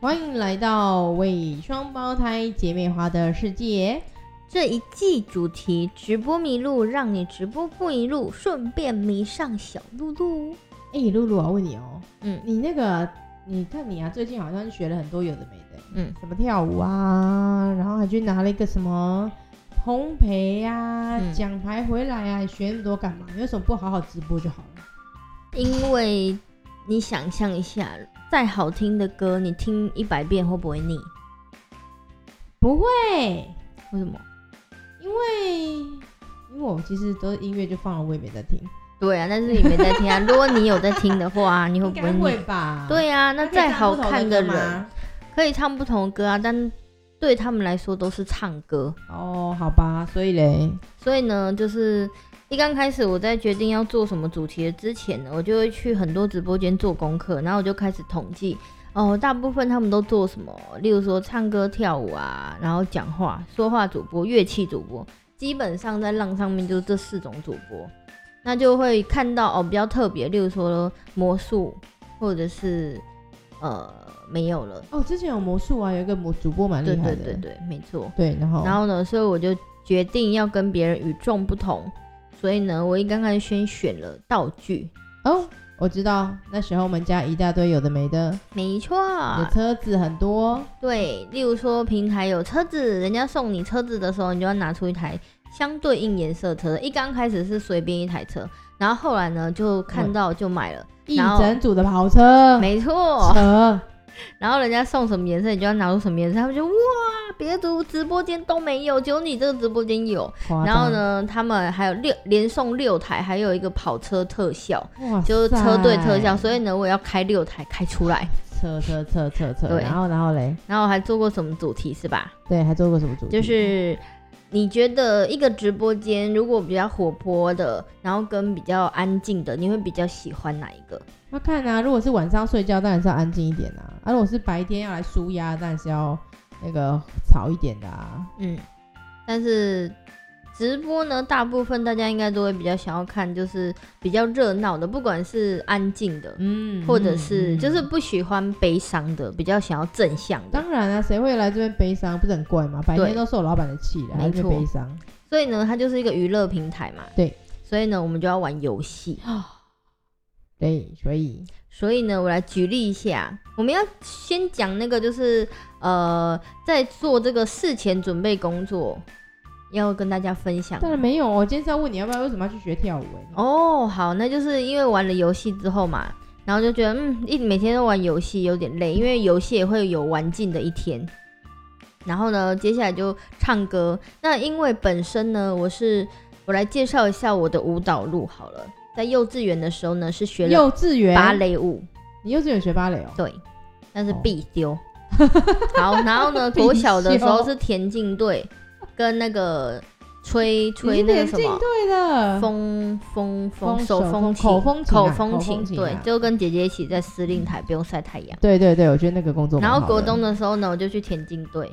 欢迎来到为双胞胎姐妹花的世界。这一季主题直播迷路，让你直播不迷路，顺便迷上小露露。哎、露露，我要问你哦，嗯你那个，你看你啊，最近好像学了很多有的没的，嗯，什么跳舞啊，然后还去拿了一个什么烘焙啊嗯奖、牌回来啊，你学那么多干嘛？你为什么不好好直播就好了？因为你想象一下，再好听的歌，你听一百遍会不会腻？不会，为什么？因为因为我其实都是音乐就放了，我也没在听，对啊，但是你没在 听啊。如果你有在听的话，你会应不该会会腻？吧？对啊，那它可以再唱好不同看的的歌人吗可以唱不同的歌啊，但对他们来说都是唱歌。哦，好吧，所以嘞，所以呢，就是一刚开始我在决定要做什么主题的之前呢，我就会去很多直播间做功课，然后我就开始统计哦，大部分他们都做什么，例如说唱歌、跳舞啊，然后讲话、说话主播、乐器主播，基本上在浪上面就是这四种主播，那就会看到哦比较特别，例如说魔术或者是呃没有了，哦，之前有魔术啊，有一个魔主播蛮厉对害对的，对对，没错。对然后然后呢，所以我就决定要跟别人与众不同，所以呢，我一刚开始先选了道具，哦，我知道那时候我们家一大堆有的没的，没错，有车子很多，对，例如说平台有车子，人家送你车子的时候，你就要拿出一台相对应颜色的车，一刚开始是随便一台车，然后后来呢就看到就买了，一然后整组的跑车，没错，车，然后人家送什么颜色，你就要拿出什么颜色，他们就哇，别的直播间都没有，只有你这个直播间有，夸张然后？呢，他们还有六连送六台，还有一个跑车特效。哇塞，就是车队特效，所以呢，我也要开六台开出来。车车车车车，对然后然后嘞，然后我还做过什么主题是吧？对，还做过什么主题？就是你觉得一个直播间如果比较活泼的，然后跟比较安静的，你会比较喜欢哪一个？要看啊，如果是晚上睡觉，当然是要安静一点啊；，啊，如果是白天要来舒压，当然是要那个吵一点的啊。嗯，但是直播呢，大部分大家应该都会比较想要看，就是比较热闹的，不管是安静的，嗯或者是嗯就是不喜欢悲伤的，比较想要正向的。当然啊，谁会来这边悲伤？不是很怪吗？白天对都受老板的气了，还在没这错边悲 伤。所以呢，它就是一个娱乐平台嘛。对，所以呢，我们就要玩游戏。对，所以所以呢，我来举例一下，我们要先讲那个，就是呃，在做这个事前准备工作，要跟大家分享。当然没有。我今天是要问你要不要为什么要去学跳舞、欸？哦，好，那就是因为玩了游戏之后嘛，然后就觉得嗯，一每天都玩游戏有点累，因为游戏也会有玩尽的一天。然后呢，接下来就唱歌。那因为本身呢，我是我来介绍一下我的舞蹈路好了。在幼稚园的时候呢，是学了幼稚园芭，蕾舞，你幼稚园学芭蕾哦、对，但是哦必 丢。好，然后呢，必国小的时候修是田径队跟那个呃吹你吹是那个田什径么队的，风风风风手手风风口风风琴啊口口琴风，琴对啊，就跟姐姐一起在司令台不用晒太阳。对对对，我觉得那个工作蛮然好的。后国中的时候呢，我就去田径队，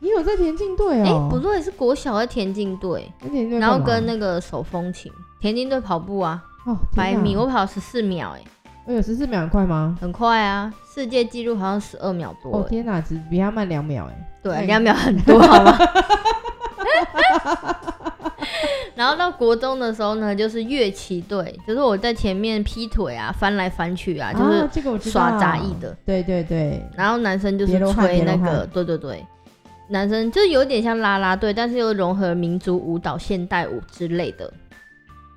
你有在田径队哎、哦？不对，是国小的田径队，那田径队干然嘛，后跟那个手风琴，田径队跑步啊，哦百米我我跑十四秒、哎，我有十四秒很快吗？很快啊，世界纪录好像十二秒多、哦哎天哪，只比他慢两秒哎、对，对两秒很多，好吗？ 然后到国中的时候呢，就是乐器队，就是我在前面劈腿啊，翻来翻去啊，就是这个我知道耍杂技的。对对对，然后男生就是别流汗吹那别流个汗，对对对，男生就有点像啦啦队，但是又融合民族舞蹈、现代舞之类的。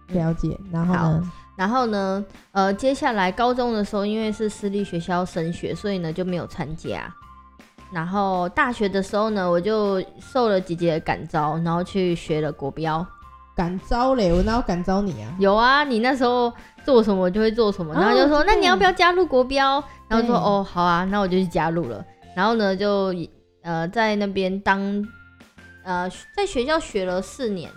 了解。然后呢？然后呢，呃，接下来高中的时候，因为是私立学校升学，所以呢就没有参加。然后大学的时候呢，我就受了姐姐的感召，然后去学了国标。敢招嘞，我哪有敢招你啊？有啊，你那时候做什么我就会做什么，啊然后就说、真的那你要不要加入国标？然后说对哦好啊，那我就去加入了。然后呢就呃在那边当呃在学校学了四年，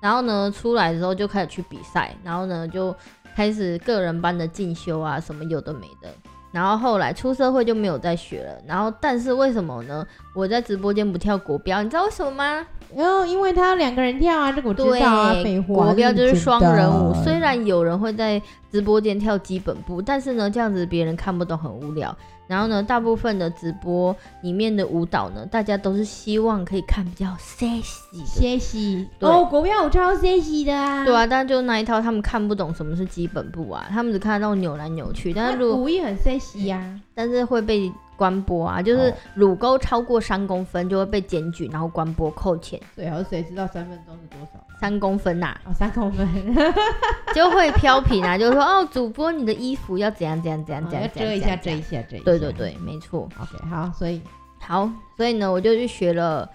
然后呢出来的时候就开始去比赛，然后呢就开始个人班的进修啊什么有的没的。然后后来出社会就没有再学了。然后但是为什么呢？我在直播间不跳国标，你知道为什么吗？然后因为他要两个人跳啊，这个我知对，道啊，嗯废话。国标就是双人舞，这个你知道虽然有人会在直播间跳基本步，但是呢，这样子别人看不懂，很无聊。然后呢，大部分的直播里面的舞蹈呢，大家都是希望可以看比较 sexy 的。谢谢。对哦，国标舞超谢谢的啊。对啊，但就那一套，他们看不懂什么是基本步啊，他们只看到扭来扭去，但那是如果古意很 sexy 啊呀。但是会被关播啊，就是哦乳沟超过三公分就会被检举，然后关播扣钱最后谁知道三分钟是多少？三公分啊呐、哦，三公分。 就会飘屏啊，就是说哦，主播你的衣服要怎样怎样怎样哦怎要样，遮一下，这遮一下，遮一下。对对。对，没错。 OK，好，所以好，所以呢，我就去学了，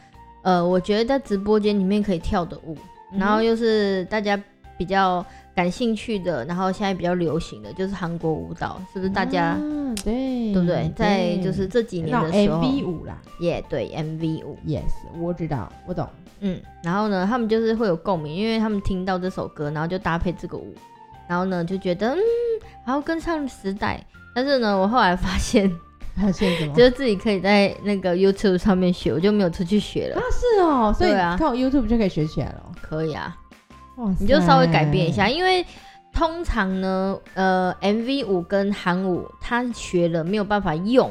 呃，我觉得在直播间里面可以跳的舞，然后嗯又是大家比较感兴趣的，然后现在比较流行的就是韩国舞蹈，是不是大家、啊对对不对？在就是这几年那的种时候， MV 舞啦也、对 MV 舞， ，Yes，我知道，我懂。嗯，然后呢，他们就是会有共鸣，因为他们听到这首歌，然后就搭配这个舞，然后呢就觉得嗯，还要跟上时代。但是呢，我后来发现，发现什么？就是自己可以在那个 YouTube 上面学，我就没有出去学啊了。，是哦，所以对啊看我 YouTube 就可以学起来了哦。可以啊，哇塞，你就稍微改变一下，因为通常呢，呃，MV 舞跟韩舞，他学了没有办法用，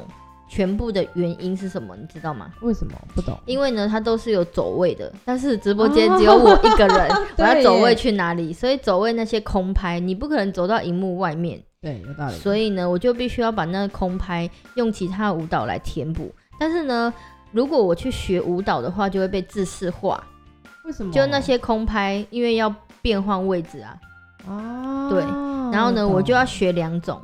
全部的原因是什么？你知道吗？为什么不懂？因为呢，它都是有走位的，但是直播间只有我一个人， 我对要走位耶去哪里？所以走位那些空拍，你不可能走到荧幕外面，对，有道理。所以呢，我就必须要把那个空拍用其他的舞蹈来填补。但是呢，如果我去学舞蹈的话，就会被自视化，为什么就那些空拍，因为要变换位置啊。啊？对然后呢，懂我就要学两种，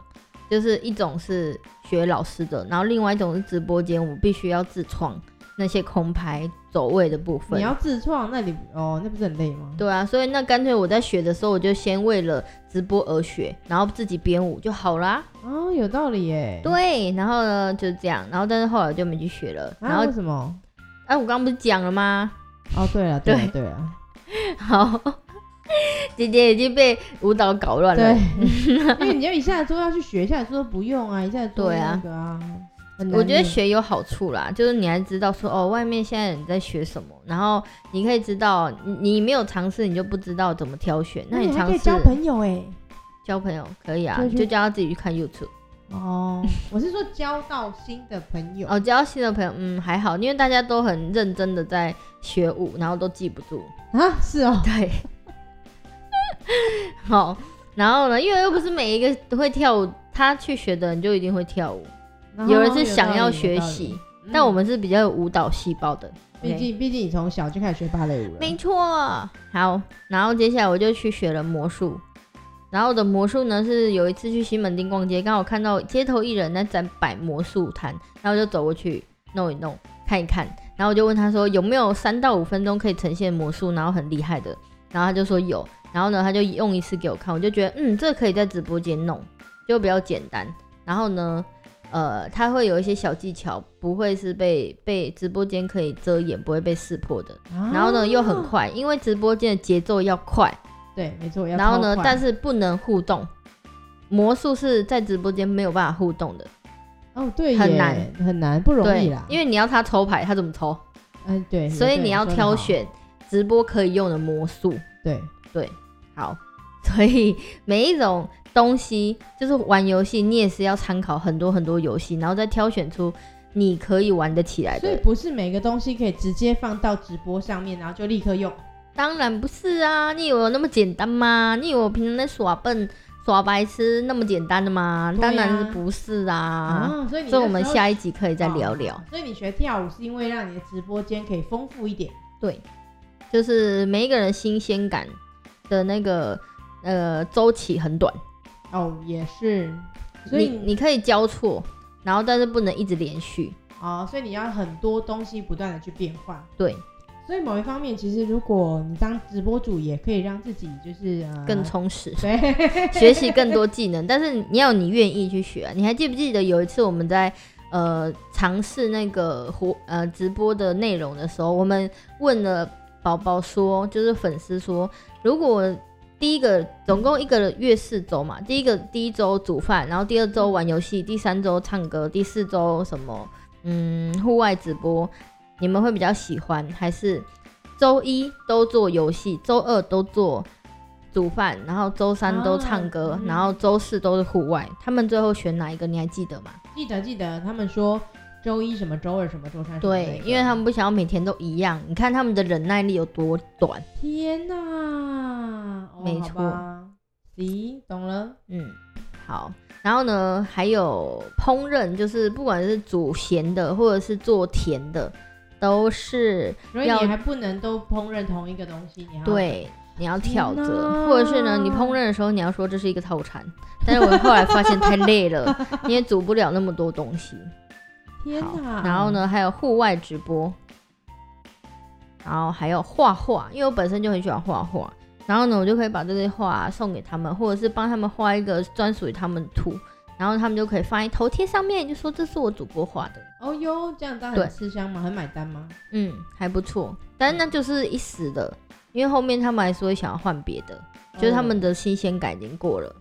就是一种是学老师的，然后另外一种是直播间，我必须要自创那些空拍走位的部分。你要自创，那你哦，那不是很累吗？对啊，所以那干脆我在学的时候，我就先为了直播而学，然后自己编舞就好啦。哦，有道理耶。对，然后呢就这样，然后但是后来我就没去学了。然啊，后为什么？哎、我刚刚不是讲了吗？ 哦，对了，对对了，对了，好，姐姐已经被舞蹈搞乱了。对， 因为你要一下子说要去学，一下子说不用啊，一下子说对啊那个啊，很难我觉得呢学有好处啦，就是你还知道说哦，外面现在人在学什么，然后你可以知道，你你没有尝试，你就不知道怎么挑选。那而且你还尝可以试交朋友哎。交朋友可以啊对，就就叫他自己去看 YouTube。哦，我是说交到新的朋友。哦，交新的朋友，嗯，还好，因为大家都很认真的在学舞，然后都记不住。 啊，是哦，对，好，然后呢，因为又不是每一个会跳舞，他去学的人就一定会跳舞，然后哦有人是想要学习，，有道理有道理但我们嗯是比较有舞蹈细胞的。毕 OK 竟毕竟你从小就开始学芭蕾舞了，没错。好，然后接下来我就去学了魔术。然后我的魔术呢，是有一次去西门町逛街，刚好看到街头艺人在展摆魔术摊，然后就走过去弄一弄，看一看。然后我就问他说有没有三到五分钟可以呈现魔术，然后很厉害的。然后他就说有，然后呢他就用一次给我看，我就觉得嗯，这可以在直播间弄，就比较简单。然后呢，呃，他会有一些小技巧，不会是被被直播间可以遮掩，不会被识破的。啊然后呢又很快，因为直播间的节奏要快，对，没错，要然后呢超，快但是不能互动。魔术是在直播间没有办法互动的，哦对耶，很难很难不容对易啦，，因为你要他抽牌，他怎么抽？嗯对，所以对你要说得挑好选直播可以用的魔术。对，好， 所以每一种东西就是玩游戏，你也是要参考很多很多游戏，然后再挑选出你可以玩得起来所以的。不是每个东西可以直接放到直播上面，然后就立刻用。当然不是啊，你以为我那么简单吗？你以为我平常在耍笨、耍白痴那么简单的吗？对啊当然是不是啊。哦，所以你所以那我们时候下一集可以再聊聊。哦所以你学跳舞是因为让你的直播间可以丰富一点。对，就是每一个人新鲜感的那个呃周期很短，哦，也是，所你以你可以交错，然后但是不能一直连续。哦，所以你要很多东西不断的去变换。对，所以某一方面，其实如果你当直播主，也可以让自己就是、呃、更充实。对 学习更多技能，但是你要你愿意去学啊、你还记不记得有一次我们在呃尝试那个活呃直播的内容的时候，我们问了宝宝说，就是粉丝说，如果第一个总共一个月四周嘛，第一个第一周煮饭，然后第二周玩游戏，第三周唱歌，第四周什么嗯户外直播，你们会比较喜欢还是周一都做游戏，周二都做煮饭，然后周三都唱歌，哦嗯然后周四都是户外。他们最后选哪一个？你还记得吗？记得记得，他们说周一什么，周二什么，周三什么那个。对，因为他们不想要每天都一样。你看他们的忍耐力有多短。天哪，哦没错。好吧咦，懂了。嗯，好。然后呢，还有烹饪，就是不管是煮咸的或者是做甜的，都是所以要你还不能都烹饪同一个东西，你要，对，你要挑天着，哪或者是呢，你烹饪的时候你要说这是一个套餐，但是我后来发现太累了，你也煮不了那么多东西。天好哪。然后？呢，还有户外直播，然后还有画画，因为我本身就很喜欢画画，然后呢，我就可以把这些画送给他们，或者是帮他们画一个专属于他们的图，然后他们就可以放在头贴上面，就说这是我主播画的。哦哟，这样子对很吃香吗？很买单吗？嗯，还不错，但是那就是一时的，因为后面他们还是会想要换别的，就是他们哦，的新鲜感已经过了。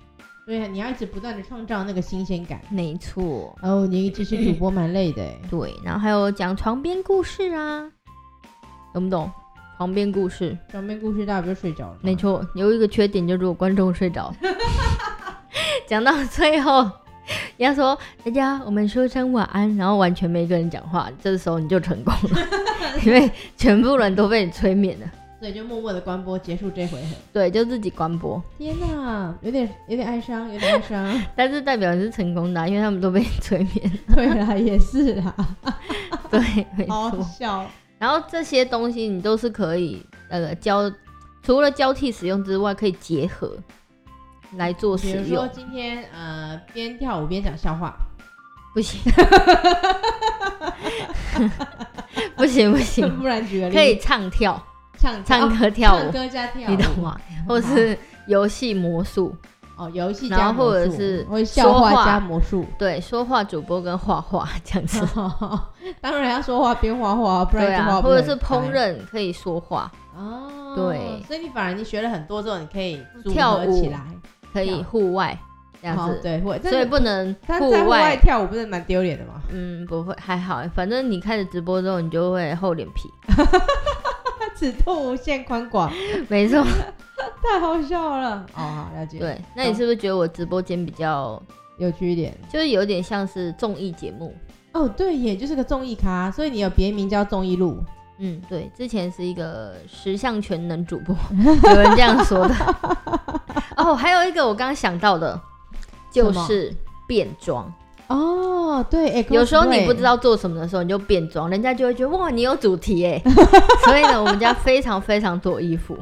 对，你要一直不断的创造那个新鲜感。嗯没错，哦，你其实主播蛮累的欸，对，然后还有讲床边故事啊，懂不懂？床边故事，床边故事大家不就睡着了？没，错，有一个缺点就是我观众睡 着。讲到最后，人家说大家我们说声晚安，然后完全没一个人讲话，这时候你就成功了， 因为全部人都被你催眠了。所以就默默的关播结束这回 合。对，就自己关播，天哪，有点有点哀伤，有点哀伤。 但是代表你是成功的啊、因为他们都被你催眠。对啦，也是啦，对，没好好错。笑。然后这些东西你都是可以呃交，除了交替使用之外，可以结合来做比使如说用。今天呃，边跳舞边讲笑话，不行， 不行不行， 不然举个例，可以唱跳、唱唱哦歌、跳唱舞，歌加跳舞，你懂 吗？或是游戏魔术，哦，游戏然加后魔术，或者是或者笑说话话加魔术。 对，说话主播跟画画这样子，当然要说话边画画，哦不然对这画啊，不或者能是烹拍饪可以说话，哦，对所以你反而你学了很多之后，你可以组跳合起舞来，可以跳户外这样哦子，对，会，所以但不能但户在户外外跳舞不是蛮丢脸的吗？嗯，不会，还好，反正你开始直播之后，你就会厚脸皮，他尺度无限宽广，没错，太好笑了。哦，嗯好了解，，对。那你是不是觉得我直播间比较，有趣一点。就是有点像是综艺节目？哦，对耶，就是个综艺咖，所以你有别名叫综艺路。嗯，对，之前是一个十项全能主 播，有人这样说的。哦，还有一个我刚刚想到的，就什么是变装。哦，对，哎，有时候你 cosplay 不知，道做什么的时候，你就变装，人家就会觉得哇，你有主题 哎。所以呢，我们家非常非常多衣服，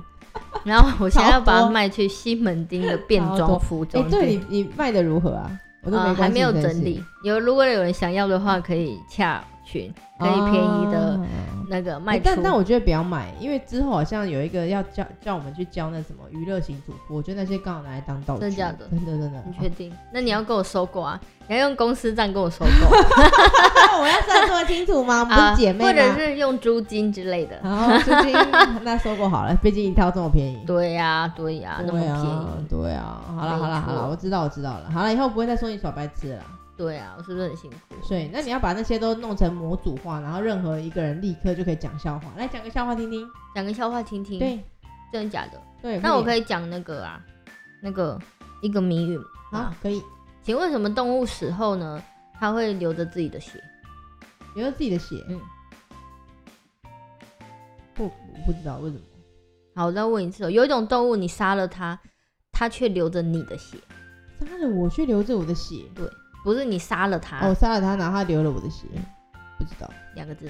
然后我现在要把超它多卖去西门町的变超装多服装哎，店。对你你卖的如何啊？我都呃没还关没心有这件整事理。有如果有人想要的话，可以洽询，可以便宜的哦那个卖哎出。但但我觉得不要买，因为之后好像有一个要叫叫我们去教那什么娱乐型主播，我觉得那些刚好拿来当道具。真的假的真的真的。你确定？那你要跟我收购啊？你要用公司账跟我收购那哦我要算说清楚吗？我们不 啊，是姐妹或者吗？嗯是用租金之类的。然后最近那收购好了，毕竟一套这么便宜。对呀，对呀，那么对便啊宜，，对啊，好了没好了好了，错我知道我知道了，好了，以后不会再说你耍白痴了啦。对啊，我是不是很辛苦？所以，那你要把那些都弄成模组化，然后任何一个人立刻就可以讲笑话，来讲个笑话听听。讲个笑话听听，对真的假的？对，那我以可以讲那个啊，那个一个谜语好啊，，可以请问什么动物死后呢，它会流着自己的血？留着自己的血。嗯不，我不知道为什么。好，我再问一次哦，有一种动物你杀了它，它却流着你的血，杀了我却留着我的血，不是你杀了它，哦，我杀了他，然后他留了我的血，不知道。两个字。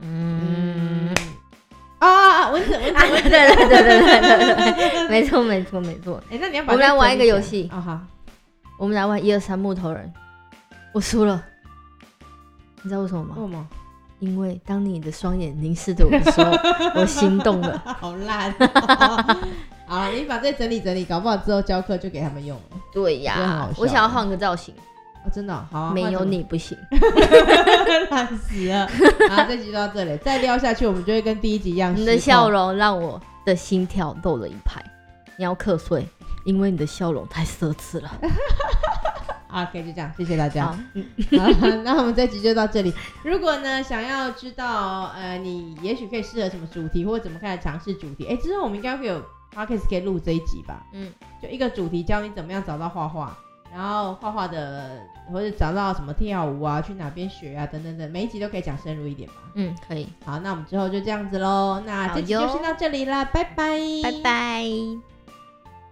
嗯嗯， 啊啊，啊蚊子蚊子啊，对对对对对对对，没错没错没错。哎、那你要把我们这来玩整一个起游戏啊、好，我们来玩一二三木头人，我输了，你知道为什么吗？为什么？因为当你的双眼凝视着我的时 候，我心动了。好烂、哦。好了，你把这整理整理，搞不好之后教课就给他们用了。对真的好呀笑，我想要换个造型，哦，真的哦、好、啊，没换有什么，你不行。烂死了。好，这集就到这里，再撩下去我们就会跟第一集一样。你的笑容，容让我的心跳漏了一拍，你要瞌睡，因为你的笑容太奢侈了。啊，可以就这样，谢谢大家。好，好了， 那我们这集就到这里。如果呢，想要知道呃，你也许可以适合什么主题，或者怎么开始尝试主题，哎、之后我们应该会有 podcast 可以录这一集吧？嗯，就一个主题教你怎么样找到画画，然后画画的或者找到什么跳舞啊，去哪边学啊等等等，每一集都可以讲深入一点嘛。嗯，可以，好，那我们之后就这样子喽，那好这集就哟先到这里啦，拜拜，拜拜。